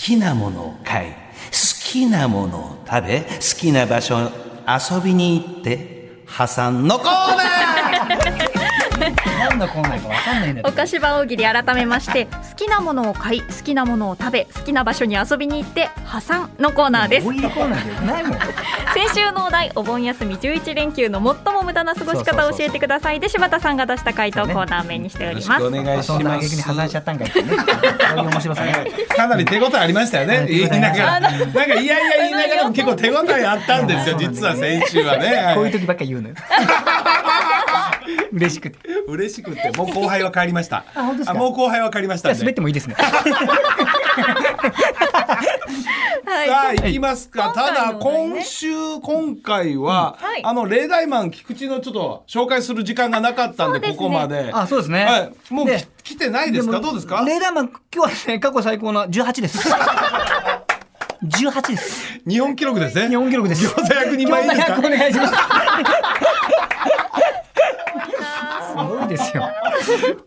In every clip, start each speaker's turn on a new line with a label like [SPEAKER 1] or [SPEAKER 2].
[SPEAKER 1] きなものを買い、好きなものを食べ、好きな場所、遊びに行って、破産のコーナ
[SPEAKER 2] 何のコーナーかわかんないんだ
[SPEAKER 3] お
[SPEAKER 2] けど
[SPEAKER 3] 菓子場大喜利改めまして好きなものを買い好きなものを食べ好きな場所に遊びに行って破産のコーナーです
[SPEAKER 2] こういうコーナーじゃないもん
[SPEAKER 3] 先週のお題お盆休み11連休の最も無駄な過ごし方を教えてくださいで柴田さんが出した回答をコーナー名にして
[SPEAKER 1] ー
[SPEAKER 3] お
[SPEAKER 1] よろ
[SPEAKER 3] り
[SPEAKER 1] し
[SPEAKER 3] ます
[SPEAKER 1] くお願いし
[SPEAKER 2] そんな
[SPEAKER 1] ま
[SPEAKER 2] 挙句に破産しち
[SPEAKER 1] す
[SPEAKER 2] ゃ。ったんかいってねそういう面白さね
[SPEAKER 4] かなり手応えありましたよね。言いながら、なんかいやいや言いながらも結構手応えあったんですよ。実は先週は
[SPEAKER 2] こういう
[SPEAKER 4] ね。
[SPEAKER 2] 時ばっか言うのよ嬉しくて
[SPEAKER 4] 嬉しくて、もう後輩は帰りました。
[SPEAKER 2] あ本当ですか
[SPEAKER 4] もう後輩は帰りまし
[SPEAKER 2] じゃあ
[SPEAKER 4] たん
[SPEAKER 2] 滑っ
[SPEAKER 4] で。
[SPEAKER 2] てもいいですね
[SPEAKER 4] さあ、
[SPEAKER 3] はい
[SPEAKER 4] 行きますか。ただ、
[SPEAKER 3] 今回のね
[SPEAKER 4] 今週、今回は
[SPEAKER 3] うんはい、
[SPEAKER 4] あの、例題マン菊池のちょっと紹介する時間がなかったん
[SPEAKER 3] そ
[SPEAKER 4] で、
[SPEAKER 3] うですね
[SPEAKER 4] ここまで。
[SPEAKER 2] あそうですね、
[SPEAKER 4] はい。もう
[SPEAKER 2] で
[SPEAKER 4] き来てないですかどうですか
[SPEAKER 2] レーダーマン今日はね過去最高の18です18です
[SPEAKER 4] 日本記録ですね。
[SPEAKER 2] 日本記録です
[SPEAKER 4] 餃子100人前いいですか
[SPEAKER 2] 餃子100お願いしますすごいですよ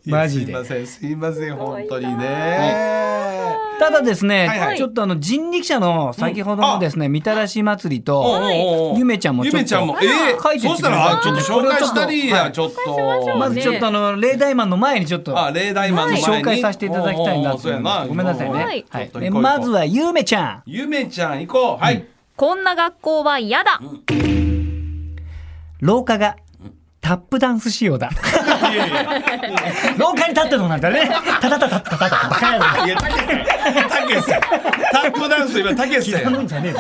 [SPEAKER 2] マジです
[SPEAKER 4] いません、すいません、本当にね。
[SPEAKER 2] ただですね、
[SPEAKER 4] はいはい
[SPEAKER 2] ちょっとあの人力車の先ほどのですね、みたらし祭り
[SPEAKER 4] おう
[SPEAKER 2] と
[SPEAKER 4] おうおう
[SPEAKER 2] ゆめちゃんもちょっと
[SPEAKER 4] ゆめちゃんも、ええ
[SPEAKER 2] 書いて
[SPEAKER 4] そ
[SPEAKER 2] っ
[SPEAKER 4] してた
[SPEAKER 2] くれ
[SPEAKER 4] ら、
[SPEAKER 2] た
[SPEAKER 4] あちょっと紹介したりや、
[SPEAKER 2] はい
[SPEAKER 4] ちょっ
[SPEAKER 3] う
[SPEAKER 4] と。
[SPEAKER 2] まずちょっとあの例題マンの前にちょっと
[SPEAKER 4] あ、例題マンの前に
[SPEAKER 2] 紹介させていただきたいなと思います。ごめんなさいね。
[SPEAKER 3] は
[SPEAKER 2] はいい。
[SPEAKER 4] ちょっと
[SPEAKER 2] で
[SPEAKER 4] 行こう
[SPEAKER 2] まずはゆめちゃん。
[SPEAKER 4] ゆめちゃん行こ う。はい。
[SPEAKER 3] こんな学校は嫌だ
[SPEAKER 2] 廊下がタップダンス仕様だ。廊下に立ってるのなんだね。タタタタタタタバカ野郎。
[SPEAKER 4] いや、たけさん。たけさん。タップダンス、今、たけさ
[SPEAKER 2] 頼むん
[SPEAKER 4] ん。
[SPEAKER 2] じゃねえよ。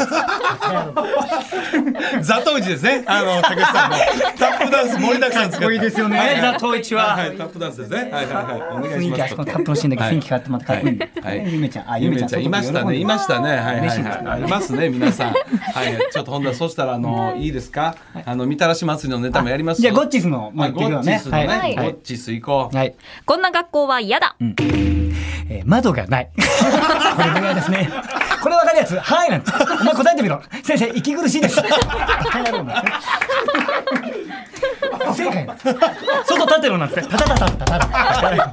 [SPEAKER 4] ザトウイチですね。あの、たけさんの。タップダンス盛りだくさん 使って。
[SPEAKER 2] よね。ザトウイチは。
[SPEAKER 4] はい、タップダンスですね。はいはいはい。お願
[SPEAKER 2] 雰
[SPEAKER 4] いし
[SPEAKER 2] 囲気
[SPEAKER 4] ま
[SPEAKER 2] あ
[SPEAKER 4] す
[SPEAKER 2] そこ。のタップのシーンだけ雰囲気変わってまたかっこいいんで
[SPEAKER 4] はいはい
[SPEAKER 2] ゆめちゃん、あ、
[SPEAKER 4] ゆめちゃんいましたね、いましたね、はいはい
[SPEAKER 2] 嬉
[SPEAKER 4] は
[SPEAKER 2] しい
[SPEAKER 4] い、
[SPEAKER 2] ですね
[SPEAKER 4] ありますね、皆さん。はい、ちょっと本田、そしたら、あの、いいですか。あの、みたらし祭りのネタもやります。
[SPEAKER 2] じゃあ、ゴッチスの、ま
[SPEAKER 4] は
[SPEAKER 2] あ、
[SPEAKER 4] い
[SPEAKER 2] 行ってく
[SPEAKER 4] ゴ
[SPEAKER 2] よ
[SPEAKER 4] ッチ
[SPEAKER 2] ね。
[SPEAKER 4] スのね、
[SPEAKER 2] はい
[SPEAKER 4] ゴッチス行こう。
[SPEAKER 2] はい。
[SPEAKER 3] こんな学校は嫌だ
[SPEAKER 2] えー窓がない。これ無理ですね。これわかるやつ、はいなんて。お前答えてみろ。先生、息苦しいです。バカ野郎なんて不正解なんです外立てろなんて。タタタタタタタ。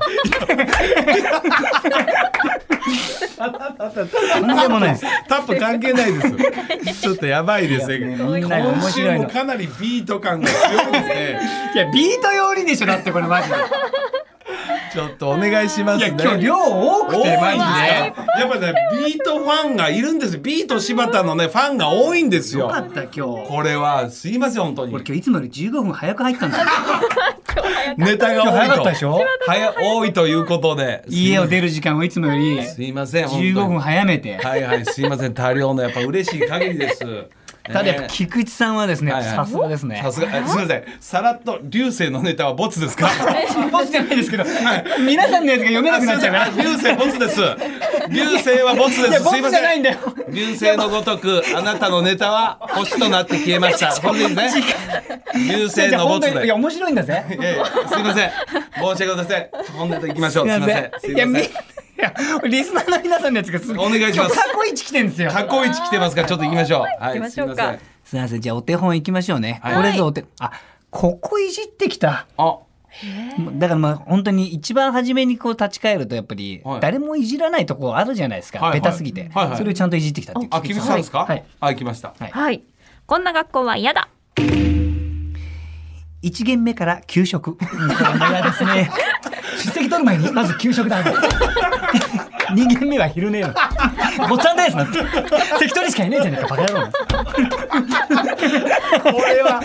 [SPEAKER 2] とんでもない。
[SPEAKER 4] タップ関係ないです。ちょっとやばいですね。
[SPEAKER 2] みんなが面
[SPEAKER 4] 今
[SPEAKER 2] 白
[SPEAKER 4] 週
[SPEAKER 2] い
[SPEAKER 4] も
[SPEAKER 2] の。
[SPEAKER 4] かなりビート感が強いですね。
[SPEAKER 2] いや、ビートよりでしょ、だってこれマジで。
[SPEAKER 4] ちょっとお願いします
[SPEAKER 2] いや、
[SPEAKER 4] ね。
[SPEAKER 2] 今日量多く
[SPEAKER 4] 多い
[SPEAKER 2] て、
[SPEAKER 4] ね。
[SPEAKER 2] マジ
[SPEAKER 4] やっぱね、ビートファンがいるんです。ビート柴田のね、ファンが多いんです
[SPEAKER 2] で。よ
[SPEAKER 4] よ
[SPEAKER 2] か。った、今日。俺
[SPEAKER 4] これは、すいません、本当に
[SPEAKER 2] 今。日いつもより15分早く入ったんだよ。
[SPEAKER 4] ネタ
[SPEAKER 2] 今
[SPEAKER 4] が
[SPEAKER 2] 日
[SPEAKER 4] 多い
[SPEAKER 2] 早か
[SPEAKER 4] と。
[SPEAKER 2] ったでしょ
[SPEAKER 4] 早多いということで。
[SPEAKER 2] 家を出る時間をいつもより
[SPEAKER 4] すいません、本当に
[SPEAKER 2] 15分早めて。
[SPEAKER 4] はいはい、すいません、多量のやっぱ嬉しい限りです。
[SPEAKER 2] ただやっ
[SPEAKER 4] ね
[SPEAKER 2] ぱ菊池さんはですね、
[SPEAKER 4] はいはい
[SPEAKER 2] さすがですね
[SPEAKER 4] さ。すが、あすみません、さらっと流星のネタはボツで すか。
[SPEAKER 2] ボスじゃないですけど、皆さんのやつが読めなくなっちゃうから。
[SPEAKER 4] あすいませんあ流星ボツです。流星はボツで
[SPEAKER 2] いや
[SPEAKER 4] す。
[SPEAKER 2] ボ
[SPEAKER 4] すい
[SPEAKER 2] ス
[SPEAKER 4] ま
[SPEAKER 2] じゃな
[SPEAKER 4] せ
[SPEAKER 2] いん
[SPEAKER 4] ん。
[SPEAKER 2] だよ。
[SPEAKER 4] 流星のごとく、あなたのネタは星となって消えました。本当ですね。流星
[SPEAKER 2] じゃあ
[SPEAKER 4] のボ
[SPEAKER 2] 本
[SPEAKER 4] ツ
[SPEAKER 2] 当
[SPEAKER 4] で。
[SPEAKER 2] にいや面白いんだぜ。
[SPEAKER 4] ええすいません。申し訳ございません。本ネタ行きましょう。すいません。すい
[SPEAKER 2] いや
[SPEAKER 4] ま
[SPEAKER 2] み
[SPEAKER 4] せ
[SPEAKER 2] い
[SPEAKER 4] ん。
[SPEAKER 2] やリスナーの皆さんのやつがす
[SPEAKER 4] お願いしま
[SPEAKER 2] 今日
[SPEAKER 4] す
[SPEAKER 2] 過去一来てんですよ。
[SPEAKER 4] 過去一来てますから、ちょっと行きましょう。は
[SPEAKER 3] 行きましょうか
[SPEAKER 4] すいません
[SPEAKER 2] すみませんじゃあお手本いきましょうね。
[SPEAKER 4] はい
[SPEAKER 2] これぞお手あここいじってきた。
[SPEAKER 4] あ、
[SPEAKER 2] だからまあ本当に一番初めにこう立ち返るとやっぱり
[SPEAKER 4] はい
[SPEAKER 2] 誰もいじらないとこあるじゃないですか、
[SPEAKER 4] はいはい
[SPEAKER 2] ベタすぎて、
[SPEAKER 4] はいはい
[SPEAKER 2] それをちゃんといじってきたっていう
[SPEAKER 4] あ、キムさんですか。
[SPEAKER 2] はい、
[SPEAKER 4] あ、行きました。
[SPEAKER 3] はいこんな学校は嫌だ
[SPEAKER 2] 一限目から給食。これはです ね。出席取る前にまず給食だ。 二限目は昼寝よ。ごっちゃんですなんて。席取りしかいねえじゃねえかバカ野郎。
[SPEAKER 4] これは、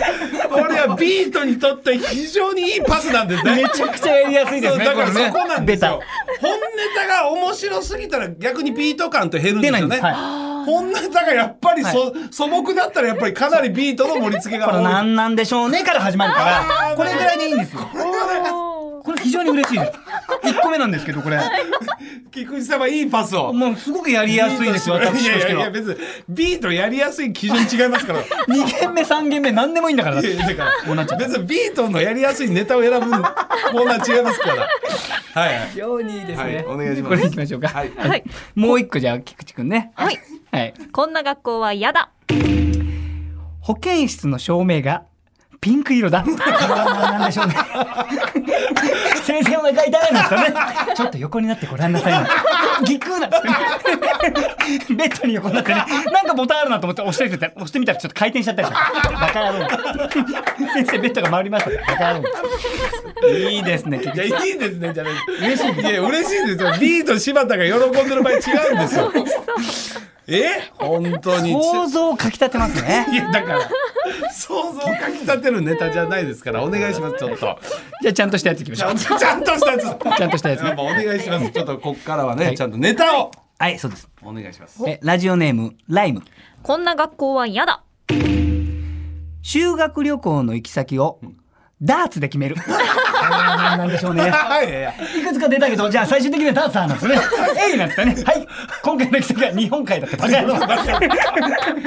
[SPEAKER 4] これはビートにとって非常にいいパスなんですね。
[SPEAKER 2] めちゃくちゃやりやすいですね。
[SPEAKER 4] だから
[SPEAKER 2] これね
[SPEAKER 4] そこなんですよ
[SPEAKER 2] ベ。
[SPEAKER 4] 本ネタが面白すぎたら逆にビート感と減るんです
[SPEAKER 2] 出な
[SPEAKER 4] よ
[SPEAKER 2] いんで
[SPEAKER 4] ね。
[SPEAKER 2] すはい
[SPEAKER 4] 本ネタがやっぱりそ、素朴だったらやっぱりかなりビートの盛り付け
[SPEAKER 2] タ。
[SPEAKER 4] が
[SPEAKER 2] これな
[SPEAKER 4] 多い。
[SPEAKER 2] んなんでしょうねから始まるか
[SPEAKER 4] あ
[SPEAKER 2] ら、
[SPEAKER 4] ー
[SPEAKER 2] これぐらいでいいんですよ。これ非常に嬉しいです。一個目なんですけどこれ、
[SPEAKER 4] 菊池様いいパスを。
[SPEAKER 2] もうすごくやりやすいですよ。
[SPEAKER 4] いやい
[SPEAKER 2] 私とし
[SPEAKER 4] や
[SPEAKER 2] て
[SPEAKER 4] い
[SPEAKER 2] は
[SPEAKER 4] や。別にビートやりやすい基準違いますから。
[SPEAKER 2] 二限目三限目何でもいいんだから。だって
[SPEAKER 4] いやだか
[SPEAKER 2] こうなっちゃ
[SPEAKER 4] ら
[SPEAKER 2] った。
[SPEAKER 4] 別にビートのやりやすいネタを選ぶもんな違いますから。はいはい。
[SPEAKER 2] 非常にいいです
[SPEAKER 4] はい
[SPEAKER 2] ね。
[SPEAKER 4] お願いします
[SPEAKER 2] これ行きましょうか。
[SPEAKER 4] はい
[SPEAKER 3] はい
[SPEAKER 2] もう一個じゃあ菊池くんね。
[SPEAKER 3] はい
[SPEAKER 2] はい。
[SPEAKER 3] こんな学校は嫌だ
[SPEAKER 2] 保健室の照明がピンク色だ。なんでしょ うね。先生お腹痛いんですかね。ちょっと横になってごらんなさいな。ぎくーなっつってね。ベッドに横になってね、なんかボタンあるなと思って押してみたら、押してみたらちょっと回転しちゃったりしてバカ野郎。先生、ベッドが回りました。バカ野郎。いいですね、結
[SPEAKER 4] い
[SPEAKER 2] 局。
[SPEAKER 4] やいいですねじゃない嬉しいいや嬉しいですよ D と柴田が喜んでる場合違うんですよえ本当に
[SPEAKER 2] 想像をかきたてますね。
[SPEAKER 4] いやだから想像をかき立てるネタじゃないですからお願いしますちょっと
[SPEAKER 2] じゃあ、ちゃんとしたやついきまし
[SPEAKER 4] ち
[SPEAKER 2] ょ
[SPEAKER 4] ゃん
[SPEAKER 2] う。
[SPEAKER 4] とちゃんとしたやつ
[SPEAKER 2] ちゃんとしたやつ
[SPEAKER 4] やっ
[SPEAKER 2] ね。
[SPEAKER 4] ぱお願いしますちょっとこっからはね、ちゃんとネタを
[SPEAKER 2] はい、そうです。
[SPEAKER 4] お願いします
[SPEAKER 2] えラジオネーム、ライム。
[SPEAKER 3] こんな学校は嫌だ
[SPEAKER 2] 修学旅行の行き先を、ダーツで決める。あ ーなんでしょうね。
[SPEAKER 4] はいいやいや
[SPEAKER 2] いくつか出たけど、じゃあ最終的にはダーツなんですね。A になってたね。はい。今回の奇跡は日本海だった。バカ野郎
[SPEAKER 4] 北北野さん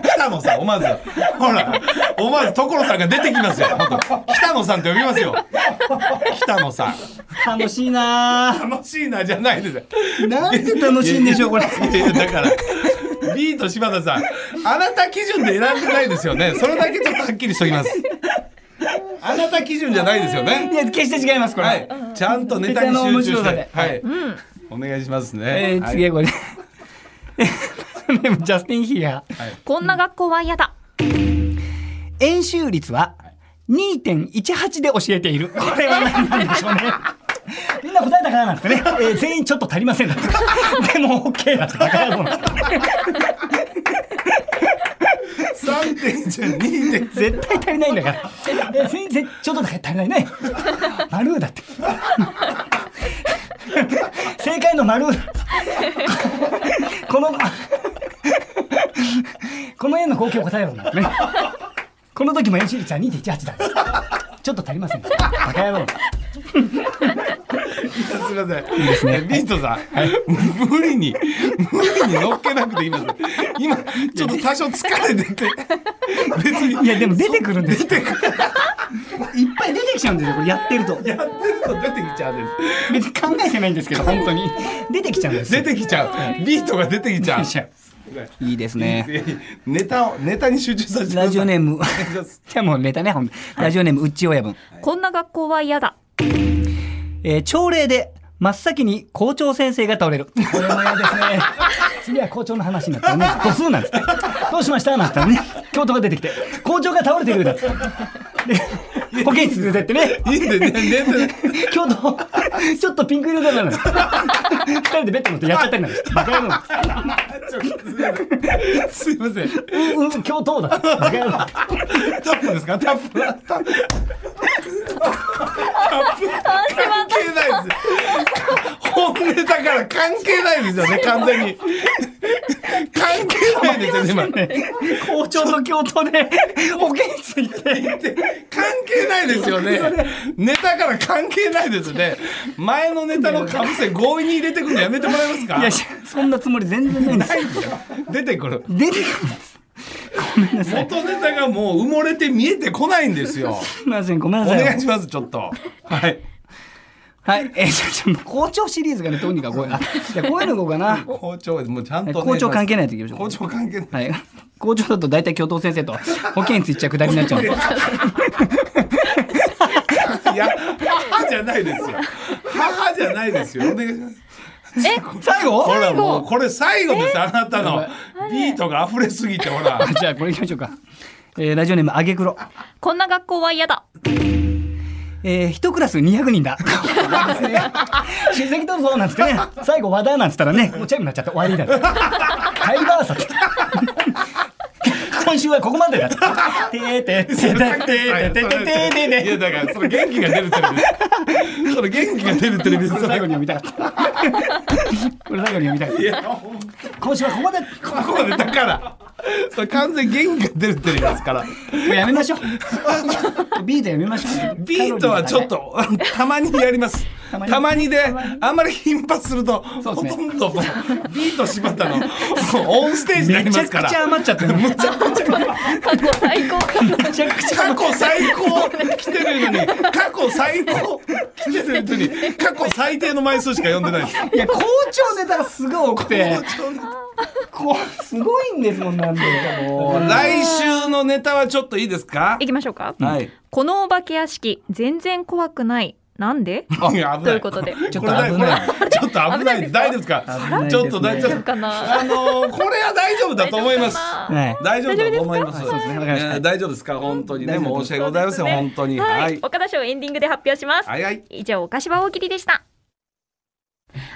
[SPEAKER 4] 北野さん思わずほら思わず所さんが出てきますよ本当北野さんって呼びますよ北野さん
[SPEAKER 2] 楽しいなぁ。
[SPEAKER 4] 楽しいなじゃないですよ
[SPEAKER 2] なんで楽しいんでしょう、これ。
[SPEAKER 4] いやいやだから B と柴田さんあなた基準で選んでないですよねそれだけちょっとはっきりしときますあなた基準じゃないですよ
[SPEAKER 2] い
[SPEAKER 4] ね
[SPEAKER 2] や、決して違います、これ。
[SPEAKER 4] はいちゃんとネタ
[SPEAKER 2] ネタ
[SPEAKER 4] に集中し
[SPEAKER 2] の面白さで
[SPEAKER 4] てはい、お願いしますね、
[SPEAKER 2] えー、次はこれ。えでもジャスティン・ヒーヤー。
[SPEAKER 3] こんな学校は嫌だ
[SPEAKER 2] 演習率は2.18で教えている。これは何なんでしょうね。 みんな答えたからなんですね、 えー全員ちょっと足りませんだって。でも OK だって。バ カ野郎
[SPEAKER 4] 3点じゃ2点
[SPEAKER 2] 絶対足りないんだから。え全員ぜちょっとだけ足りないね。丸だって。正解の丸。この、あこの円の合計を答えろなんだね。この時も円周率は2.18だ。ちょっと足りません。バカ野郎。
[SPEAKER 4] すみません。いいですね。ビートさん、無理に無理に乗っけなくていいです。今ちょっと多少疲れてて、別に
[SPEAKER 2] いや、でも出てくるんです出てくる。いっぱい出てきちゃうんですよ、これやってると。
[SPEAKER 4] やってると出てきちゃうんで。
[SPEAKER 2] 別に考えてないんですけど、本当に。出てきちゃうんですす
[SPEAKER 4] 出
[SPEAKER 2] よ。
[SPEAKER 4] てきちゃう。ビートが出てきちゃう
[SPEAKER 2] 出てき。ちゃういいですね。
[SPEAKER 4] ネタをネタに集中させてください。
[SPEAKER 2] ラジオネーム。じゃ あもうネタね、ほんとラジオネーム、うっち親分。
[SPEAKER 3] こんな学校は嫌だ
[SPEAKER 2] えー朝礼で、真っ先に校長先生が倒れる。これも嫌 ですね。次は校長の話になったら ね、度数なんつって。どうしましたなんつったらね、教頭が出てきて、校長が倒れてるようだっつってで保健室連れてってね、
[SPEAKER 4] いいんでねネタ
[SPEAKER 2] 教頭、ちょっとピンク色だなの。二人でベッド乗ってやっちゃったりなんです。バカ野郎。
[SPEAKER 4] すいません。
[SPEAKER 2] うんうん、教頭だ。バカ野郎。
[SPEAKER 4] タップですか？タップ。タップ。関係ないです。本ネタから関係ないですよね。完全に。関係ないですよね。今。
[SPEAKER 2] 校長と教頭で保健室行って。
[SPEAKER 4] 関係ないですよね。ネタから関係ないですね。前のネタのかぶせ強引に入れてくるのやめてもらえますか
[SPEAKER 2] いや、しそんなつもり全然ないん です。
[SPEAKER 4] 出てくる。
[SPEAKER 2] 出てくる
[SPEAKER 4] 元ネタがもう埋もれて見えてこないんですよ。
[SPEAKER 2] すいません、ごめんな
[SPEAKER 4] お
[SPEAKER 2] さい。
[SPEAKER 4] 願いします、ちょっと。はい。
[SPEAKER 2] はい。えー、ちょ、ちょ、校長シリーズがね、どうにかこういう、あ、じゃこういうの行こうかな。
[SPEAKER 4] 校長、もうちゃんと、ね。
[SPEAKER 2] 校長関係ないといきましょう。
[SPEAKER 4] 校長関係ない。
[SPEAKER 2] はい。校長だと大体教頭先生と保健室行っちゃうくだりになっちゃうんで。
[SPEAKER 4] いや、母じゃないですよ。母じゃないですよ。お願いします。
[SPEAKER 2] 最後
[SPEAKER 4] ほら、もう、これ最後です、あなたの。ビートが溢れすぎて、ほら。
[SPEAKER 2] じゃあ、これ行きましょうか。えー、ラジオネーム、あげくろ。
[SPEAKER 3] こんな学校は嫌だ
[SPEAKER 2] えー、一クラス200人だ。出席どうぞなんつってね、最後和田なんつったらね、もうチャイムになっちゃって終わりだって。タイバーサって。今週はここまでだって。てーてーてーてーてーてーてーてーてー
[SPEAKER 4] いやだからその元気が出るテレビその元気が出るテレビ
[SPEAKER 2] 最後に読みたかった。これ最後に読みたかっ
[SPEAKER 4] いや
[SPEAKER 2] た。今週はここまで。
[SPEAKER 4] ここまでだからそれ完全に元気が出るテレビですから
[SPEAKER 2] もうやめましょう。ビートやめましょう。
[SPEAKER 4] ビートはちょっとたまにやります
[SPEAKER 2] たまに
[SPEAKER 4] たまにであんまり頻発すると
[SPEAKER 2] そう
[SPEAKER 4] ほ
[SPEAKER 2] ですね
[SPEAKER 4] とんどもうビート柴 田のもうオンステージにな
[SPEAKER 2] め
[SPEAKER 4] り
[SPEAKER 2] ち
[SPEAKER 4] ま
[SPEAKER 2] ゃ
[SPEAKER 4] すか
[SPEAKER 2] く
[SPEAKER 4] ら
[SPEAKER 2] ちゃ余っちゃってる。めちゃくち
[SPEAKER 3] 過去最高
[SPEAKER 2] ゃ。
[SPEAKER 4] 過去最高来てるのに過去最高来てるのに過去最低の枚数しか読んでないです
[SPEAKER 2] いや、校長ネタがすごい多くて。こう、すごいんですもん、なんで。もう
[SPEAKER 4] 来週のネタはちょっといいですか
[SPEAKER 3] 行きましょうか
[SPEAKER 4] はい
[SPEAKER 3] このお化け屋敷全然怖くないなんで
[SPEAKER 4] いや危ない
[SPEAKER 3] ということで
[SPEAKER 2] ちょっと危ない
[SPEAKER 4] これちょっと危ないです。大丈夫ですか
[SPEAKER 2] 危ないですね
[SPEAKER 4] ちょっと大
[SPEAKER 3] 大丈
[SPEAKER 4] 丈
[SPEAKER 3] 夫
[SPEAKER 4] 夫。
[SPEAKER 3] かな
[SPEAKER 4] あのー、これは大丈夫だと思います。
[SPEAKER 2] はい
[SPEAKER 4] 大丈夫だと思います。
[SPEAKER 2] 大丈夫ですかはいそうですねわかりました
[SPEAKER 4] えー大丈夫ですか本当にね。
[SPEAKER 2] 大丈夫
[SPEAKER 4] もう申し訳ございません、
[SPEAKER 3] そうですね
[SPEAKER 4] 本当に。
[SPEAKER 3] は
[SPEAKER 4] はいい。
[SPEAKER 3] 岡田賞エンディングで発表します
[SPEAKER 4] はいはい。
[SPEAKER 3] 以上岡芝大喜利でした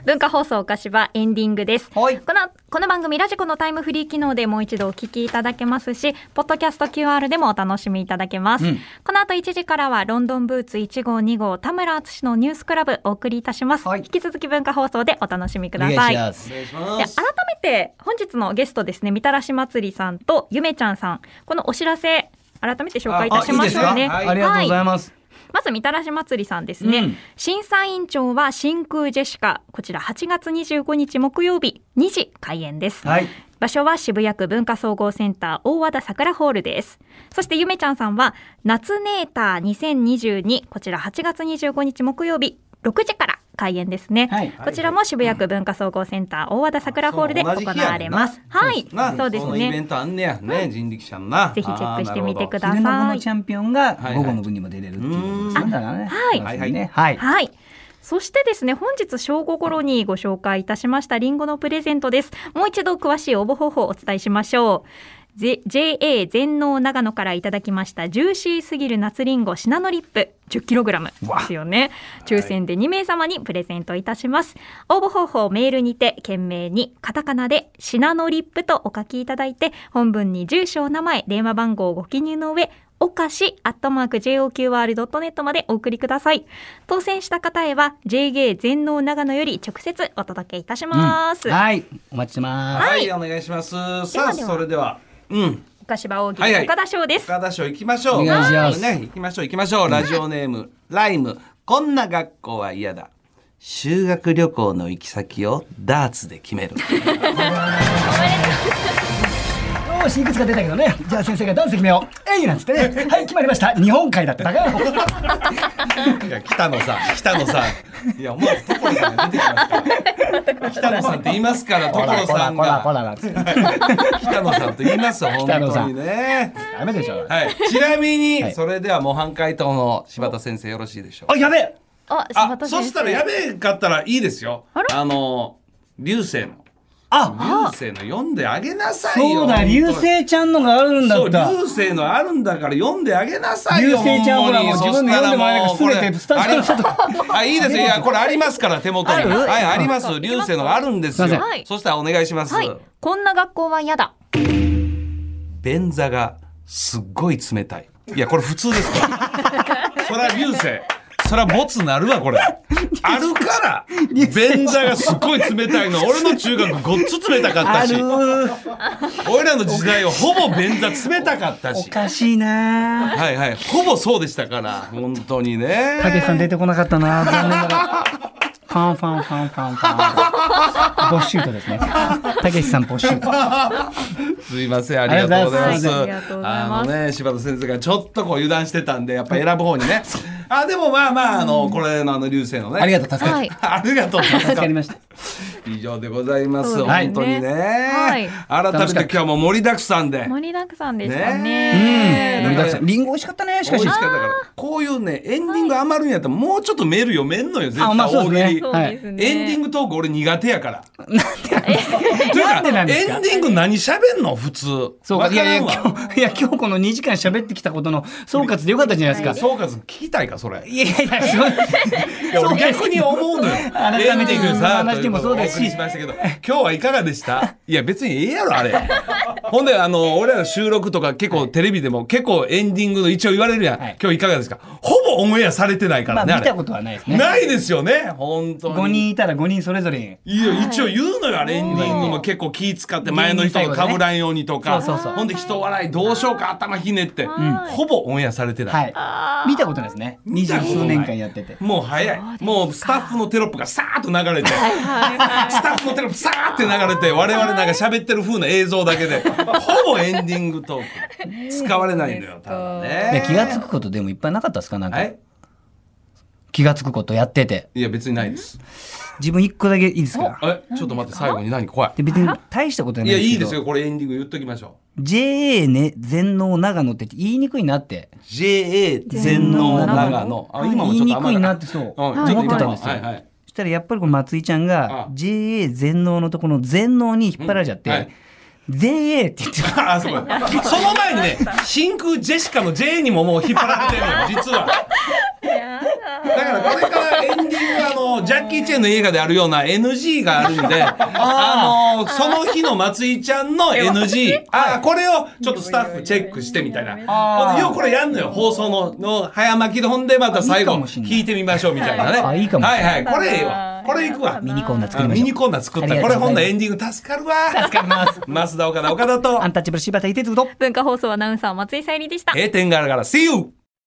[SPEAKER 3] 文化放送岡芝エンディングですこ
[SPEAKER 2] はい
[SPEAKER 3] のこの番組ラジコのタイムフリー機能でもう一度お聞きいただけますしポッドキャスト QR でもお楽しみいただけます、この後1時からはロンドンブーツ1号2号田村淳のニュースクラブお送りいたします、
[SPEAKER 2] はい
[SPEAKER 3] 引き続き文化放送でお楽しみく
[SPEAKER 2] お
[SPEAKER 3] だ
[SPEAKER 2] 願い
[SPEAKER 3] さい
[SPEAKER 2] します
[SPEAKER 3] で改めて本日のゲストですねみたらしまつりさんとゆめちゃんさんこのお知らせ改めて紹介いたしましょう
[SPEAKER 4] あいい
[SPEAKER 3] ね
[SPEAKER 4] ですかはい
[SPEAKER 2] ありがとうございます、
[SPEAKER 3] まずみたらし祭りさんですね、
[SPEAKER 2] うん
[SPEAKER 3] 審査委員長は真空ジェシカこちら8月25日木曜日2時開演です、
[SPEAKER 2] はい
[SPEAKER 3] 場所は渋谷区文化総合センター大和田桜ホールですそしてゆめちゃんさんは夏ネーター2022こちら8月25日木曜日6時から開演ですね、
[SPEAKER 2] はい
[SPEAKER 3] こちらも渋谷区文化総合センター大和田桜ホールで行われますはいそうです
[SPEAKER 1] のイベ
[SPEAKER 3] ね
[SPEAKER 1] ントあんねやね、人力車のな。
[SPEAKER 3] ぜひチェックしてみてく
[SPEAKER 1] だ
[SPEAKER 3] ださ
[SPEAKER 2] 昼
[SPEAKER 3] い
[SPEAKER 2] の部のチャンピオンが
[SPEAKER 1] はい
[SPEAKER 2] 午後の部にも出れるっていうことですねだからね
[SPEAKER 3] はい
[SPEAKER 2] そうですねはい
[SPEAKER 3] はい。そしてですね、本日正午頃にご紹介いたしましたリンゴのプレゼントです。もう一度詳しい応募方法をお伝えしましょう。ぜ JA 全農長野からいただきましたジューシーすぎる夏リンゴシナノリップ 10kg ですよね抽選で2名様にプレゼントいたします、応募方法メールにて件名にカタカナでシナノリップとお書きいただいて本文に住所お名前電話番号をご記入の上おかしアットマーク JOQR.net までお送りください。当選した方へは JA 全農長野より直接お届けいたします。
[SPEAKER 2] はいお待ちしてます
[SPEAKER 4] はい、お願いします。
[SPEAKER 3] では
[SPEAKER 4] さあ、それでは。うん。
[SPEAKER 3] 岡芝大喜
[SPEAKER 4] はいは
[SPEAKER 3] 利
[SPEAKER 4] い
[SPEAKER 3] 岡田賞です。
[SPEAKER 4] 岡田賞行きましょう。
[SPEAKER 2] お願いします
[SPEAKER 4] ね、行きましょう、行きましょう。ラジオネーム、ライム。こんな学校は嫌だ。
[SPEAKER 1] 修学旅行の行き先をダーツで決める。
[SPEAKER 2] よしいくつか出たけどねじゃあ先生がダンス決めようえいなんつってねはい決まりました日本海だってだ から
[SPEAKER 4] いや、北野さん、北野さん。いや、もう所さんが出てきますから。北野さんって言いますから、
[SPEAKER 2] ほら
[SPEAKER 4] 所
[SPEAKER 2] ほ
[SPEAKER 4] さ
[SPEAKER 2] ら
[SPEAKER 4] ん
[SPEAKER 2] ほらほ
[SPEAKER 4] が。
[SPEAKER 2] らなんつって
[SPEAKER 4] 北野さんと言いますよ、本
[SPEAKER 2] 北野さん
[SPEAKER 4] 当にね。
[SPEAKER 2] ダメでしょ
[SPEAKER 4] はい、ちなみに、
[SPEAKER 2] はい
[SPEAKER 4] それでは模範解答の柴田先生よろしいでしょうか。
[SPEAKER 2] あやべえ
[SPEAKER 3] あ、
[SPEAKER 4] あ
[SPEAKER 3] 柴、田先
[SPEAKER 4] そ
[SPEAKER 3] 生
[SPEAKER 4] したらやべえかったらいいですよ。あの、流星の。
[SPEAKER 2] あ
[SPEAKER 4] 流星の読んであげなさいよ。
[SPEAKER 2] そうだ流星ちゃんのがあるんだ
[SPEAKER 4] そう、
[SPEAKER 2] った
[SPEAKER 4] 流星のあるんだから読んであげなさいよ。
[SPEAKER 2] 流星ちゃん
[SPEAKER 4] ほんま
[SPEAKER 2] ほ
[SPEAKER 4] に
[SPEAKER 2] らもう自分で読んでもらえなくて
[SPEAKER 4] そした
[SPEAKER 2] 全てスタジオの外
[SPEAKER 4] ありあ、いいです よ。いや、これありますから、手元に。はい、あります。流星のあるんですよ
[SPEAKER 2] すいま
[SPEAKER 3] せん。
[SPEAKER 4] そしたらお願いします。
[SPEAKER 3] はい。こんな学校は嫌だ。
[SPEAKER 4] 便座がすっごい冷たい。いや、これ普通です から。そりゃ流星。そりゃボツなるわ、これ。あるから、便座がすっごい冷たいの。俺の中学ごっつ冷たかった
[SPEAKER 2] あ
[SPEAKER 4] し
[SPEAKER 2] る、
[SPEAKER 4] 俺らの時代はほぼ便座冷たかった
[SPEAKER 2] お
[SPEAKER 4] し。
[SPEAKER 2] かしいな
[SPEAKER 4] はいはい。ほぼそうでしたから、本当にね。
[SPEAKER 2] たけしさん出てこなかったな 残念ながらファンファンファンファンファンボッシュートですねたけしさんボッシュート
[SPEAKER 4] すいません、ありがとうございます。
[SPEAKER 3] ありがとうございます
[SPEAKER 4] あのね、柴田先生がちょっとこう油断してたんで、やっぱ選ぶ 方にね。あ、でもまあまあ、あの、これのあの流星のね。
[SPEAKER 2] ありがとう助か
[SPEAKER 3] は
[SPEAKER 2] る
[SPEAKER 3] い。
[SPEAKER 4] ありがとうございます
[SPEAKER 2] 助かりました
[SPEAKER 4] 以上でございます。
[SPEAKER 3] そうですね
[SPEAKER 4] 本当にね、
[SPEAKER 3] はい
[SPEAKER 4] 改めて今日はもう盛りだくさんで。
[SPEAKER 3] 盛りだくさんでした
[SPEAKER 4] ねえ
[SPEAKER 2] 盛
[SPEAKER 3] ね。
[SPEAKER 2] りだくさんリンゴ美味しかったねし
[SPEAKER 4] 美
[SPEAKER 2] か
[SPEAKER 4] 味
[SPEAKER 2] し
[SPEAKER 4] しかったから。こういうね、エンディング余るんやったら、もうちょっとメール読めんのよ、絶対
[SPEAKER 2] あまあそうです
[SPEAKER 4] 大
[SPEAKER 2] ね
[SPEAKER 4] 喜利
[SPEAKER 3] そうですね。
[SPEAKER 4] エンディングトーク俺苦手やから。という
[SPEAKER 2] な
[SPEAKER 4] か
[SPEAKER 2] んでなんですか
[SPEAKER 4] エンディング何喋んの普通。
[SPEAKER 2] そう
[SPEAKER 4] わ
[SPEAKER 2] かい
[SPEAKER 4] から
[SPEAKER 2] や
[SPEAKER 4] ん
[SPEAKER 2] いや
[SPEAKER 4] わ
[SPEAKER 2] 今日いや今日この2時間喋ってきたことの総括でよかったじゃないですか
[SPEAKER 4] 総括聞きたいかそれ。い
[SPEAKER 2] いやいやすごい
[SPEAKER 4] や俺逆に思うのよ。
[SPEAKER 2] 改めて
[SPEAKER 4] エンディング
[SPEAKER 2] その話でもそうですし
[SPEAKER 4] ということでお送りしましたけど、今日はいかがでした？いや別にええやろあれ。ほんであの俺らの収録とか結構テレビでも結構エンディングの一応言われるやん。
[SPEAKER 2] はい
[SPEAKER 4] 今日いかがですか？ほぼオンエアされてないか
[SPEAKER 2] まあ
[SPEAKER 4] ら
[SPEAKER 2] 見
[SPEAKER 4] ね。
[SPEAKER 2] た
[SPEAKER 4] あれ
[SPEAKER 2] ことはないですね
[SPEAKER 4] ないですよね。本当に。
[SPEAKER 2] 5人いたら5人それぞれに
[SPEAKER 4] いや、一応言うのよ、あれエンディングも結構気使って、前の人が被らんようにとか、
[SPEAKER 2] そうそうそう
[SPEAKER 4] ほんで人笑いどうしようか、頭ひねって、ほぼオンエアされてない。
[SPEAKER 2] はい。見たことないですね。二十数年間やってて。
[SPEAKER 4] もう早い。もうスタッフのテロップがさーっと流れて、スタッフのテロップさーって流れて、我々なんか喋ってる風な映像だけで、ほぼエンディングトーク。使われないのよ、ただね。
[SPEAKER 2] いや気がつくことでもいっぱいなかったですかなんか
[SPEAKER 4] はい
[SPEAKER 2] 気がつくことやってて。
[SPEAKER 4] いや、別にないです。
[SPEAKER 2] 自分一個だけいいですか
[SPEAKER 4] え、ちょっと待って、最後に何怖い。
[SPEAKER 2] で別に大したことじゃ
[SPEAKER 4] い
[SPEAKER 2] ない
[SPEAKER 4] や、
[SPEAKER 2] です
[SPEAKER 4] いい
[SPEAKER 2] けど
[SPEAKER 4] ですよ。これエンディング言っときましょ
[SPEAKER 2] JA ね全農長野って言いにくいなって
[SPEAKER 1] JA 全農長野。
[SPEAKER 4] あ今もちょっと甘
[SPEAKER 2] 言いにくい
[SPEAKER 4] い
[SPEAKER 2] なってそう
[SPEAKER 4] う。うん、
[SPEAKER 2] 思
[SPEAKER 4] ちょと今
[SPEAKER 2] ってたんですよ、
[SPEAKER 4] はいはい。
[SPEAKER 2] そしたらやっぱりこの松井ちゃんが
[SPEAKER 4] あ
[SPEAKER 2] JA 全農のところの全農に引っ張られちゃって、
[SPEAKER 4] うんはい
[SPEAKER 2] JA って言って
[SPEAKER 4] ああ、そうかその前にね、真空ジェシカの J にももう引っ張られてる のよ、実は。だからこれからエンディングはあの、ジャッキー・チェンの映画であるような NG がある んで、あの、その日の松井ちゃんの NG、あ、これをちょっとスタッフチェックしてみたいな。
[SPEAKER 2] あー
[SPEAKER 4] ようこれやんのよ、放送の、の早巻きで、ほんでまた最
[SPEAKER 2] いい
[SPEAKER 4] 後、
[SPEAKER 2] かもしんない
[SPEAKER 4] 聞いてみましょうみたいなね。
[SPEAKER 2] あいいかもしん
[SPEAKER 4] は
[SPEAKER 2] ない
[SPEAKER 4] いはい、これええわ。これいくわ。
[SPEAKER 2] ミニコーナー作
[SPEAKER 4] あ
[SPEAKER 2] りま
[SPEAKER 4] ミ
[SPEAKER 2] しょ
[SPEAKER 4] ニコーナー作っ
[SPEAKER 2] あ
[SPEAKER 4] た。
[SPEAKER 2] り
[SPEAKER 4] こ
[SPEAKER 2] が
[SPEAKER 4] れ
[SPEAKER 2] とうございます
[SPEAKER 4] ほんならエンディング助かるわ。助かります。 増田岡田岡田
[SPEAKER 2] う
[SPEAKER 4] と
[SPEAKER 2] ア、ンタッチャブル柴田秀嗣と
[SPEAKER 3] 文化放送アナウンサー松井さゆりでした。
[SPEAKER 4] 閉店ガラガラ、See you!